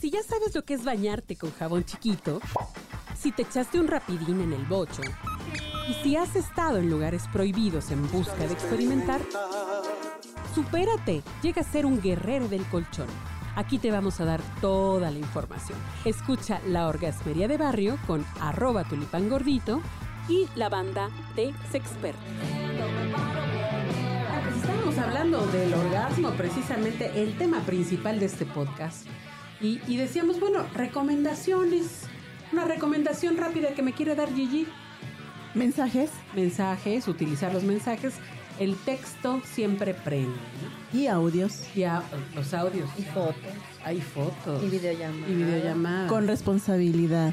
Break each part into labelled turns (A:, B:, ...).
A: Si ya sabes lo que es bañarte con jabón chiquito, si te echaste un rapidín en el bocho, y si has estado en lugares prohibidos en busca de experimentar, supérate, llega a ser un guerrero del colchón. Aquí te vamos a dar toda la información. Escucha La Orgasmería de Barrio con arroba tulipangordito y la banda de Sexpert. Estábamos hablando del orgasmo, precisamente el tema principal de este podcast. Y, y decíamos, bueno, recomendaciones. Una recomendación rápida que me quiere dar Gigi.
B: Mensajes
A: Mensajes, utilizar los mensajes. El texto siempre prende. ¿no?
B: y audios
A: Y a- los audios.
C: Y fotos.
A: Hay fotos.
C: Y videollamadas.
A: Y videollamadas.
B: con responsabilidad.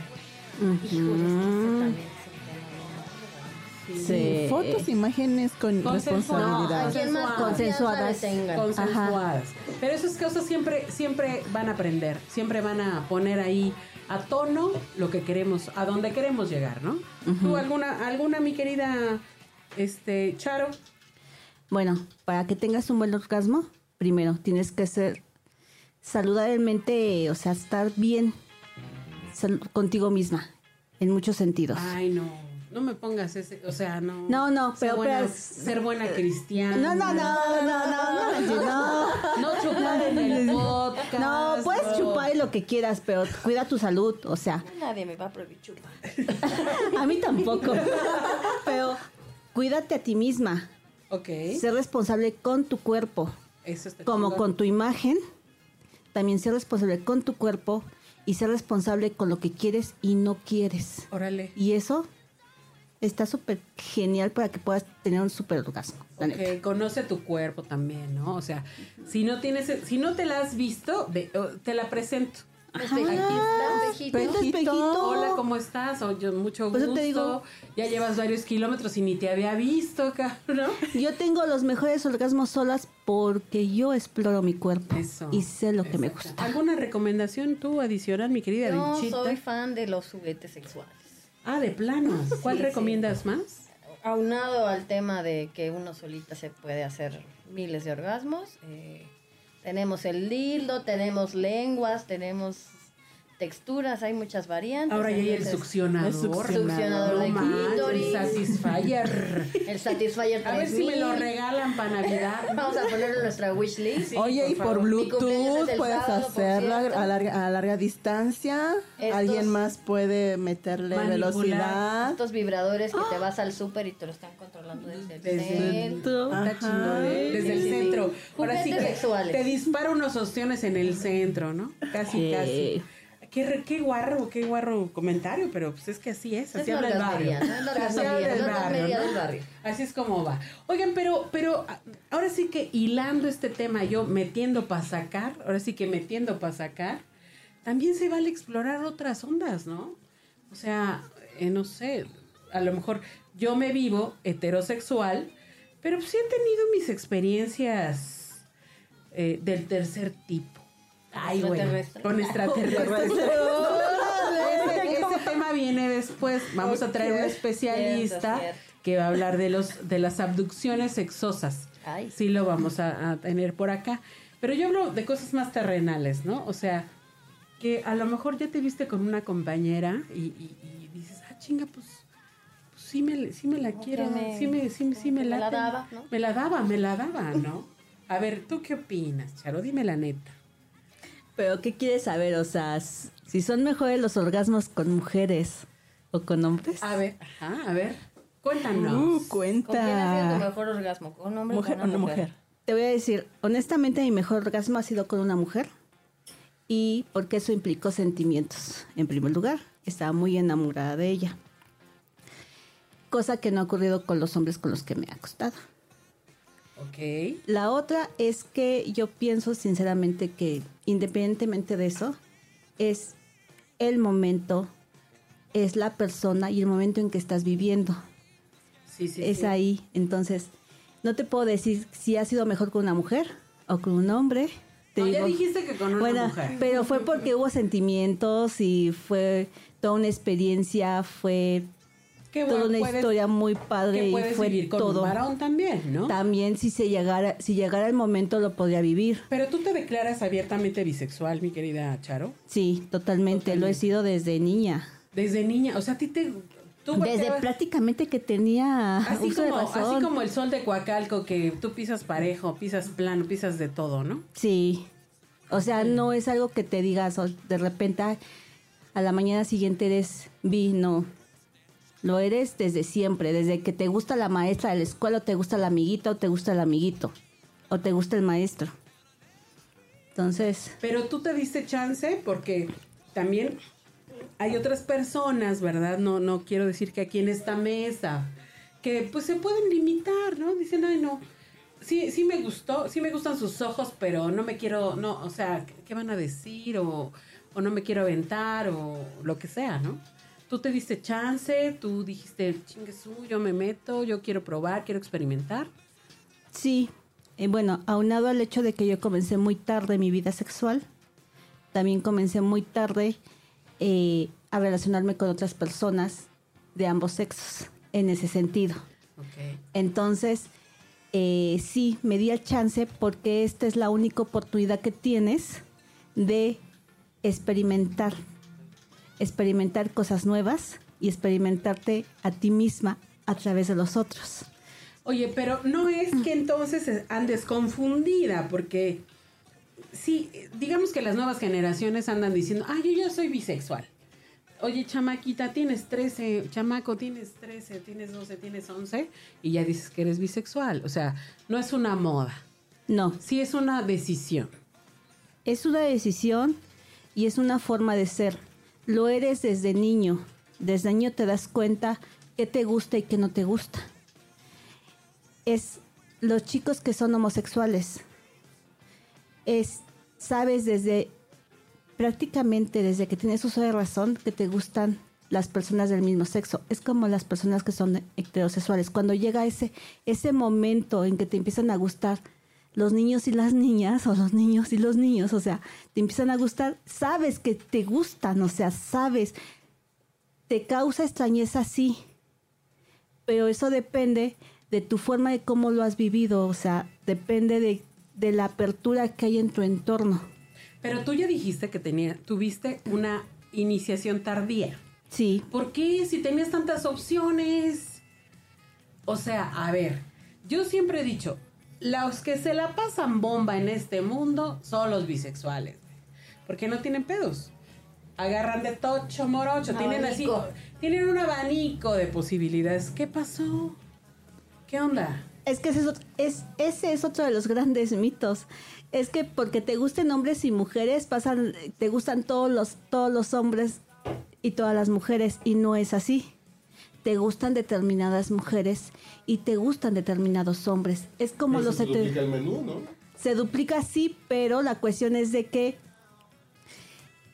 C: Híjole, es que ese este también
A: Sí.
B: Sí, Fotos, imágenes con
C: No, ¿a
B: responsabilidad.
C: quién más
D: Consensuadas.
C: confianza le tengan?
A: consensuadas. Pero esas cosas siempre, siempre van a aprender, siempre van a poner ahí a tono lo que queremos, a donde queremos llegar, ¿no? ¿Tú alguna, alguna, mi querida este, Charo?
D: Bueno, para que tengas un buen orgasmo, primero tienes que ser saludablemente, o sea, estar bien sal- contigo misma, en muchos sentidos.
A: Ay, no, no me pongas ese, o sea, no.
D: No, no,
A: ser
D: pero-
A: buena,
D: pero-
A: ser buena cristiana.
D: No, no, no, no, no, no, no, no.
A: No chupar en el podcast.
D: No, puedes chupar lo que quieras, pero cuida tu salud, o sea,
C: Nadie me va a prohibir chupar.
D: a mí tampoco. Pero cuídate a ti misma,
A: Ok.
D: ser responsable con tu cuerpo,
A: Eso está
D: como
A: chido.
D: con tu imagen, también ser responsable con tu cuerpo y ser responsable con lo que quieres y no quieres.
A: Órale.
D: Y eso está súper genial para que puedas tener un súper orgasmo. la
A: Ok,
D: neta.
A: conoce tu cuerpo también, ¿no? O sea, si no tienes, si no te la has visto, de- oh, te la presento.
C: Aquí está, espejito.
D: Pero este espejito.
A: Hola, ¿cómo estás? Oh, yo, mucho
D: Pues
A: gusto.
D: yo te digo-
A: ya llevas varios kilómetros y ni te había visto, cabrón.
D: Yo tengo los mejores orgasmos solas porque yo exploro mi cuerpo
A: Eso.
D: y sé lo que me
A: Exacto.
D: gusta.
A: ¿Alguna recomendación tú adicional, mi querida
C: Yo
A: Vinchita?
C: soy fan de los juguetes sexuales.
A: Ah, de plano. ¿Cuál
C: Sí,
A: recomiendas más?
C: Aunado al tema de que uno solita se puede hacer miles de orgasmos, eh, tenemos el dildo, tenemos lenguas, tenemos texturas, hay muchas variantes.
A: Ahora ya hay el
C: entonces,
A: succionador.
B: el succionador.
C: Succionador de
A: manches,
C: clítoris.
A: Satisfyer.
C: El Satisfyer
A: A ver si me lo
C: 3000.
A: regalan para Navidad.
C: Vamos a ponerlo en nuestra wish list.
B: Oye, y por
C: Mi cumpleaños es
B: Bluetooth
C: el
B: puedes
C: sábado, por
B: hacerla
C: cierto.
B: a larga, a larga distancia.
C: Estos-
B: Alguien más puede meterle
A: Manipular.
B: velocidad.
C: Estos vibradores que te
B: ¡Ah!
C: vas al súper y te lo están controlando desde el
A: Desde
C: cel.
B: Ajá.
A: Está chingón, ¿eh? Desde el
C: Sí, sí, sí.
A: centro. Ahora sí que
C: Juguetes sexuales.
A: te disparo unos ostiones en el centro, ¿no? Casi,
D: Sí.
A: casi. Qué, re- qué guarro, qué guarro comentario, pero pues es que así es, así
C: Es
A: habla el barrio.
C: orgasmería, ¿no? Es la
A: Así habla
C: orgasmería,
A: el
C: es la
A: barrio,
C: orgasmería
A: ¿no?
C: del barrio.
A: Así es como va. Oigan, pero, pero a- ahora sí que hilando este tema, yo metiendo para sacar, ahora sí que metiendo para sacar, también se vale explorar otras ondas, ¿no? O sea, eh, no sé, a lo mejor yo me vivo heterosexual, pero pues sí he tenido mis experiencias eh, del tercer tipo. Ay, güey.
C: Extraterrestre.
A: Con extraterrestres. ese, ese tema viene después. Vamos a traer un especialista
C: Cierto, cierto.
A: que va a hablar de los de las abducciones sexosas.
C: Ay.
A: Sí lo vamos a, a tener por acá. Pero yo hablo de cosas más terrenales, ¿no? O sea, que a lo mejor ya te viste con una compañera y, y- y dices, ah, chinga, pues, pues sí, me, sí me la
C: Como
A: quiero,
C: que me-
A: sí me, sí, me- sí me
C: que me la
A: late".
C: daba, ¿no?
A: Me la daba, me la daba, ¿no? A ver, ¿tú qué opinas, Charo? Dime la neta.
D: Pero ¿qué quieres saber? O sea, s- si son mejores los orgasmos con mujeres o con hombres.
A: A ver, ajá, a ver, cuéntanos.
B: Uh,
C: ¿Con quién ha sido tu
B: cuenta.
C: mejor orgasmo? ¿Con un hombre o
B: Mujer o
C: con una
B: no
C: mujer?
B: mujer.
D: Te voy a decir, honestamente mi mejor orgasmo ha sido con una mujer y porque eso implicó sentimientos. En primer lugar, estaba muy enamorada de ella. Cosa que no ha ocurrido con los hombres con los que me he acostado.
A: Ok.
D: La otra es que yo pienso sinceramente que independientemente de eso, es el momento, es la persona y el momento en que estás viviendo.
A: Sí, sí,
D: es
A: sí.
D: ahí. Entonces, no te puedo decir si ha sido mejor con una mujer o con un hombre. Te
A: No, ya
D: digo-
A: dijiste que con una
D: Bueno,
A: mujer.
D: pero fue porque hubo sentimientos y fue toda una experiencia, fue
A: Que,
D: toda
A: bueno,
D: una
A: puedes-
D: historia muy padre
A: que
D: y
A: puedes
D: fue
A: vivir con
D: todo.
A: un varón también, ¿no?
D: También si se llegara, si llegara el momento lo podría vivir.
A: Pero tú te declaras abiertamente bisexual, mi querida Charo.
D: Sí, totalmente. Lo he
A: Totalmente.
D: sido desde niña.
A: Desde niña, o sea, a ti te... tú
D: Desde
A: volteabas-
D: prácticamente que tenía
A: Así
D: uso
A: como,
D: de razón.
A: así como el sol de Coacalco, que tú pisas parejo, pisas plano, pisas de todo, ¿no?
D: Sí. O sea, no es algo que te digas o de repente "Ay, a la mañana siguiente eres bi, no. Lo eres desde siempre, desde que te gusta la maestra de la escuela, o te gusta la amiguita, o te gusta el amiguito, o te gusta el maestro. Entonces,
A: Pero tú te diste chance porque también hay otras personas, ¿verdad? No, no quiero decir que aquí en esta mesa, que pues se pueden limitar, ¿no? Dicen, ay, no, sí, sí me gustó, sí me gustan sus ojos, pero no me quiero, no, o sea, ¿qué van a decir? O, o no me quiero aventar, o lo que sea, ¿no? Tú te diste chance, tú dijiste, chingue su, yo me meto, yo quiero probar, quiero experimentar.
D: Sí, eh, bueno, aunado al hecho de que yo comencé muy tarde mi vida sexual, también comencé muy tarde eh, a relacionarme con otras personas de ambos sexos en ese sentido.
A: Ok.
D: Entonces, eh, sí, me di el chance porque esta es la única oportunidad que tienes de experimentar, experimentar cosas nuevas y experimentarte a ti misma a través de los otros.
A: Oye, pero no es que entonces andes confundida, porque sí, digamos que las nuevas generaciones andan diciendo, ah, yo ya soy bisexual. Oye, chamaquita, tienes 13, chamaco, tienes 13, tienes 12, tienes 11, y ya dices que eres bisexual. O sea, no es una moda,
D: No,
A: sí es una decisión.
D: Es una decisión y es una forma de ser. Lo eres desde niño. Desde niño te das cuenta qué te gusta y qué no te gusta. Es los chicos que son homosexuales. Es sabes desde prácticamente desde que tienes uso de razón que te gustan las personas del mismo sexo. Es como las personas que son heterosexuales. Cuando llega ese, ese momento en que te empiezan a gustar los niños y las niñas, o los niños y los niños, o sea, te empiezan a gustar, sabes que te gustan, o sea, sabes, te causa extrañeza, sí, pero eso depende de tu forma de cómo lo has vivido, o sea, depende de, de la apertura que hay en tu entorno.
A: Pero tú ya dijiste que tenía, tuviste una iniciación tardía.
D: Sí,
A: ¿Por qué si tenías tantas opciones? O sea, a ver, yo siempre he dicho, los que se la pasan bomba en este mundo son los bisexuales, porque no tienen pedos. Agarran de tocho morocho, tienen así,
C: Abanico.
A: tienen un abanico de posibilidades. ¿Qué pasó? ¿Qué onda?
D: Es que ese es, ot- es- ese es otro de los grandes mitos. Es que porque te gusten hombres y mujeres, pasan, te gustan todos los, todos los hombres y todas las mujeres, y no es así. Te gustan determinadas mujeres y te gustan determinados hombres. Es como
E: Pero
D: los
E: se te
D: heter-
E: duplica el menú, ¿no?
D: se duplica sí, pero la cuestión es de que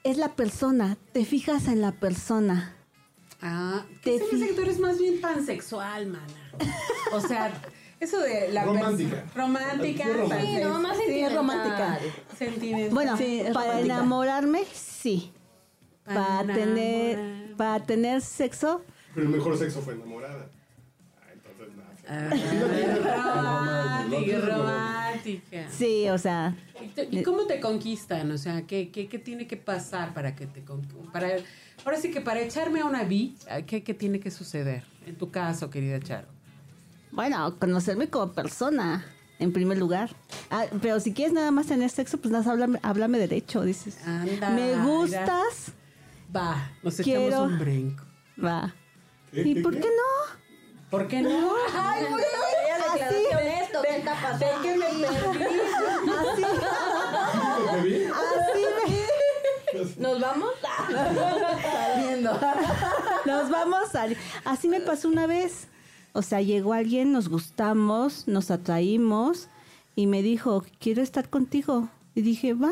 D: es la persona, te fijas en la persona.
A: Ah,
D: Te
A: que se me hace
D: fi-
A: que tú eres más bien pansexual, mana. O sea, eso de la pers-
E: Romántica.
A: romántica,
E: Sí, romántica.
C: Sí, no, más
B: Sí, es
C: sentimental.
B: romántica.
A: sentimental.
D: Bueno,
B: Sí, es
D: para
B: romántica.
D: enamorarme, sí. Para tener, para tener sexo,
E: Pero el mejor sexo fue enamorada. Ah, entonces nada.
A: Ah,
E: Romántica,
A: romántica, romántica.
D: sí, o sea,
A: ¿Y tú- ¿Y cómo te conquistan? O sea, ¿qué, qué, qué tiene que pasar para que te con- para Ahora sí que para echarme a una bi, ¿qué, ¿qué tiene que suceder? En tu caso, querida Charo.
D: bueno, conocerme como persona, en primer lugar. Ah, pero si quieres nada más tener sexo, pues nada, más háblame, háblame derecho, dices.
A: Anda,
D: Me
A: mira.
D: gustas,
A: Va, nos
D: Quiero-
A: echamos un brinco.
D: va.
E: ¿Qué,
D: ¿Y
E: ¿Eh, qué,
D: por
E: qué?
D: qué no?
A: ¿Por qué no?
C: Ay, güey, quería declaración de esto, ¿qué está pasando?
E: ¿Te vi?
C: ¿Nos vamos?
D: Nos vamos a... Así me pasó una vez. O sea, llegó alguien, nos gustamos, nos atraímos y me dijo, quiero estar contigo. Y dije, va,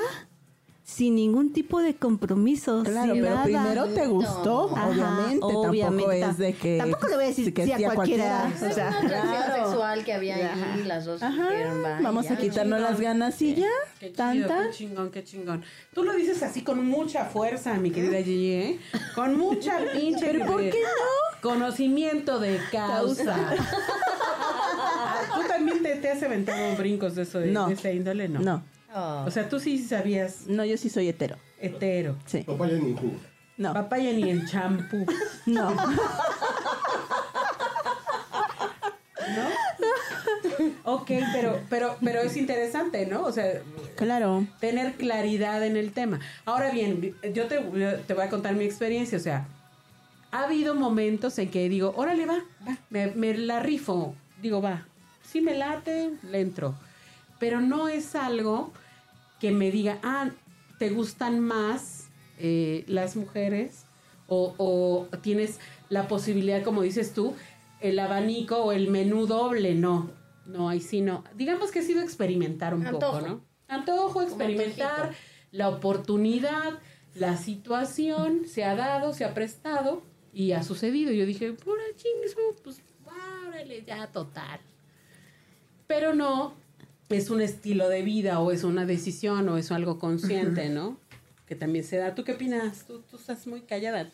D: sin ningún tipo de compromiso.
B: Claro,
D: sin
B: pero
D: nada.
B: primero te gustó,
D: Ajá,
B: obviamente, Tampoco
D: obviamente.
B: es de que.
D: Tampoco le voy a decir sí a cualquiera.
C: Es
D: O sea,
C: una atracción
B: claro.
C: sexual que había ahí, las dos dijeron,
B: Ajá,
C: "Va,
B: vamos a
C: ya".
B: quitarnos las ganas y
A: Qué chido,
B: ya. Tanta.
A: qué chingón, qué chingón. Tú lo dices así con mucha fuerza, mi querida Gigi, ¿eh? Con mucha pinche.
B: Ah. ¿Pero por qué no?
A: Conocimiento de causa. ¿Tú también te, te has aventado brincos de eso de,
B: No.
A: de esa índole? No.
B: No,
C: Oh.
A: O sea, tú sí sabías
B: no, yo sí soy hetero.
A: hetero.
B: Sí.
E: Papaya ni en jugo.
B: No,
A: Papaya ni en champú.
B: no.
A: Ok, pero, pero, pero es interesante, ¿no? O sea,
B: Claro.
A: tener claridad en el tema. Ahora bien, yo te, yo te voy a contar mi experiencia, o sea, ha habido momentos en que digo, órale, va, va, me, me la rifo, digo, va, si me late, le entro. Pero no es algo que me diga, ah, te gustan más eh, las mujeres o, o tienes la posibilidad, como dices tú, el abanico o el menú doble, no. No, ahí sí no. Digamos que ha sido experimentar un
C: Antojo.
A: poco, ¿no? Antojo, experimentar,
C: antojito.
A: la oportunidad, la situación se ha dado, se ha prestado y ha sucedido. Yo dije, por eso, pues, órale, ya total. Pero no es un estilo de vida o es una decisión o es algo consciente, ¿no? Que también se da. ¿Tú qué opinas? Tú, tú estás muy callada.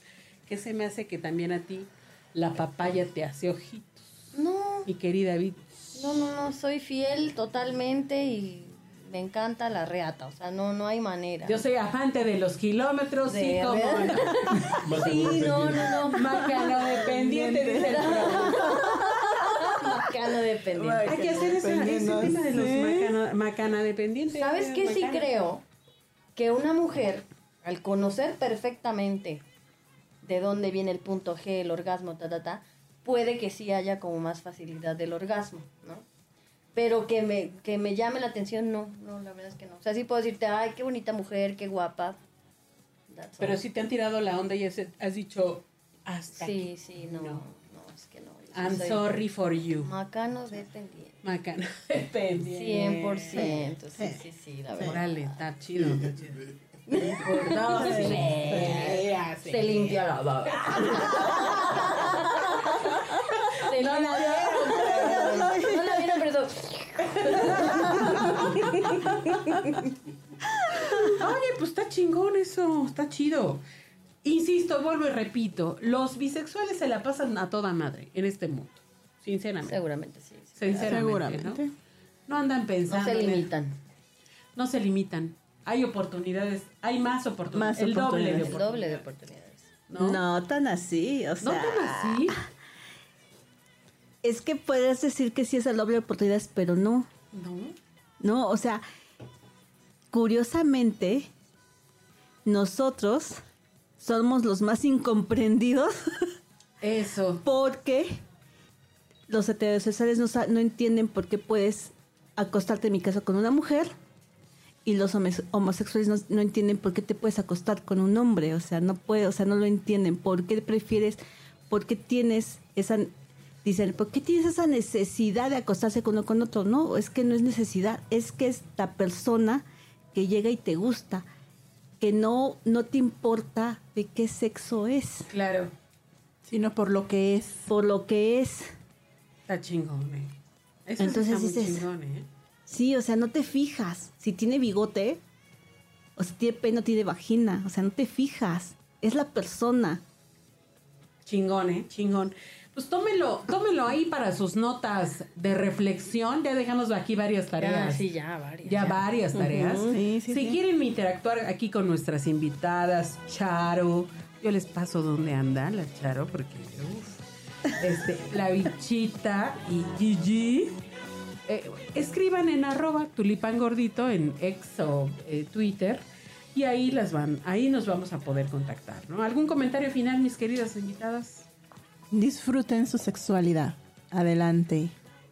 A: ¿Qué se me hace que también a ti la papaya te hace ojitos?
C: No,
A: Mi querida David.
C: no, no, no, soy fiel totalmente y me encanta la reata, o sea, no, no hay manera.
A: Yo soy afante de los kilómetros, sí,
C: De-
A: como no.
E: Más
C: sí,
E: seguro es
C: no,
E: decir,
C: no, no,
A: Macano dependiente, dice el programa.
C: macano dependiente.
A: Hay que hacer esa- ese,
B: Dependiendo,
A: tema de los
B: sí.
A: macana, macana dependientes.
C: ¿Sabes qué sí
A: Macana.
C: creo? Que una mujer, al conocer perfectamente de dónde viene el punto G, el orgasmo, ta, ta, ta, puede que sí haya como más facilidad del orgasmo, ¿no? Pero que me, que me llame la atención, no, no, la verdad es que no. O sea, sí puedo decirte, ay, qué bonita mujer, qué guapa. That's
A: Pero
C: all.
A: si te han tirado la onda y has, has dicho hasta aquí.
C: Sí, sí, no,
A: No.
C: no, es que no. yo sí
A: I'm
C: soy
A: sorry for you.
C: Macano dependiente.
A: Macana dependiente.
C: 100%, sí, sí, sí, la verdad.
A: Órale, está chido. está chido.
C: Sí. Se limpia la baba. Se no la vieron. No la vieron, pero.
A: Oye, pues está chingón eso, está chido. Insisto, vuelvo y repito, los bisexuales se la pasan a toda madre en este mundo, sinceramente.
C: Seguramente sí. sí.
A: Sinceramente,
B: Seguramente.
A: ¿no? No andan
C: No
A: pensando.
C: se
A: en el-
C: limitan.
A: no se limitan. Hay oportunidades, hay más oportunidades.
B: Más
A: el doble de
B: oportunidades.
C: El doble de
A: oportunidades.
C: oportunidades.
A: ¿No? ¿No
D: No tan así, o sea.
A: tan así?
D: Es que puedes decir que sí es el doble de oportunidades, pero no.
A: No.
D: No, o sea, curiosamente, nosotros somos los más incomprendidos
A: Eso.
D: porque los heterosexuales no, sa- no entienden por qué puedes acostarte, en mi caso, con una mujer y los homes- homosexuales no, no entienden por qué te puedes acostar con un hombre, o sea, no puede, o sea, no lo entienden, por qué prefieres, por qué tienes esa dicen, ¿por qué tienes esa necesidad de acostarse con uno con otro? No, es que no es necesidad, es que es la persona que llega y te gusta, que no no te importa de qué sexo es,
A: Claro.
B: Sino por lo que es.
D: por lo que es.
A: Está chingón, eh. Eso sí
D: Entonces
A: está muy
D: dices-
A: chingón, eh.
D: Sí, o sea, no te fijas. Si tiene bigote, o si tiene pene o tiene vagina. O sea, no te fijas. Es la persona.
A: Chingón, eh. Chingón. Pues tómelo, tómelo ahí para sus notas de reflexión. Ya dejamos aquí varias
C: Ya,
A: tareas.
C: Ah, sí, ya, varias.
A: Ya varias tareas.
B: Ujú, sí, sí,
A: si
B: sí.
A: quieren interactuar aquí con nuestras invitadas, Charo, yo les paso dónde anda la Charo, porque uf, este, la bichita y Gigi. eh, escriban en arroba tulipán gordito en ex o eh, Twitter y ahí las van, ahí nos vamos a poder contactar, ¿no? ¿Algún comentario final, mis queridas invitadas?
B: Disfruten su sexualidad. Adelante.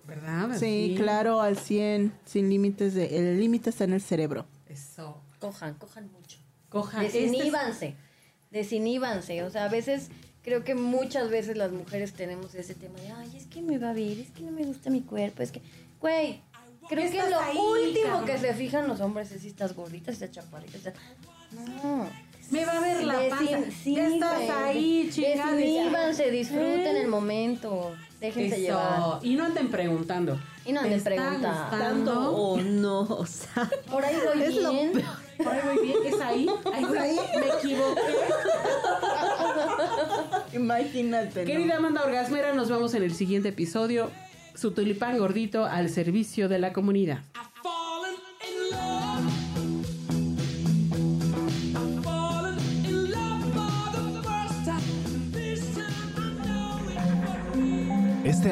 A: ¿Verdad?
B: Sí,
A: Así.
B: claro, al 100, sin límites. De, el límite está en el cerebro.
A: Eso.
C: Cojan, cojan mucho.
A: Coja. este es-
C: Desinhíbanse, desinhíbanse. O sea, a veces, creo que muchas veces las mujeres tenemos ese tema de, ay, es que me va a ver, es que no me gusta mi cuerpo, es que, güey, creo que lo último que se fijan los hombres es si estás gordita, si estás chaparrita, si estás- No.
A: Me va a ver la
C: Desin-
A: panza.
C: sí,
A: ya estás
C: güey.
A: ahí, chingada. ¿eh?
C: Desinhíbanse, disfruten el momento, déjense
A: Eso.
C: llevar.
A: Y no anden preguntando.
C: Y no
A: ¿Te
C: anden
A: está
C: preguntando.
A: gustando?
D: o no, o sea.
C: Por ahí voy
D: Es lo
C: bien.
A: Por ahí voy bien, es ahí. Ahí, güey, Me equivoqué.
B: Imagínate. ¿no?
A: Querida Amanda Orgasmera, nos vemos en el siguiente episodio. Su tulipán gordito al servicio de la comunidad.
F: I've fallen in love. I've fallen in love for the first time. This time I know it won't be.
G: Este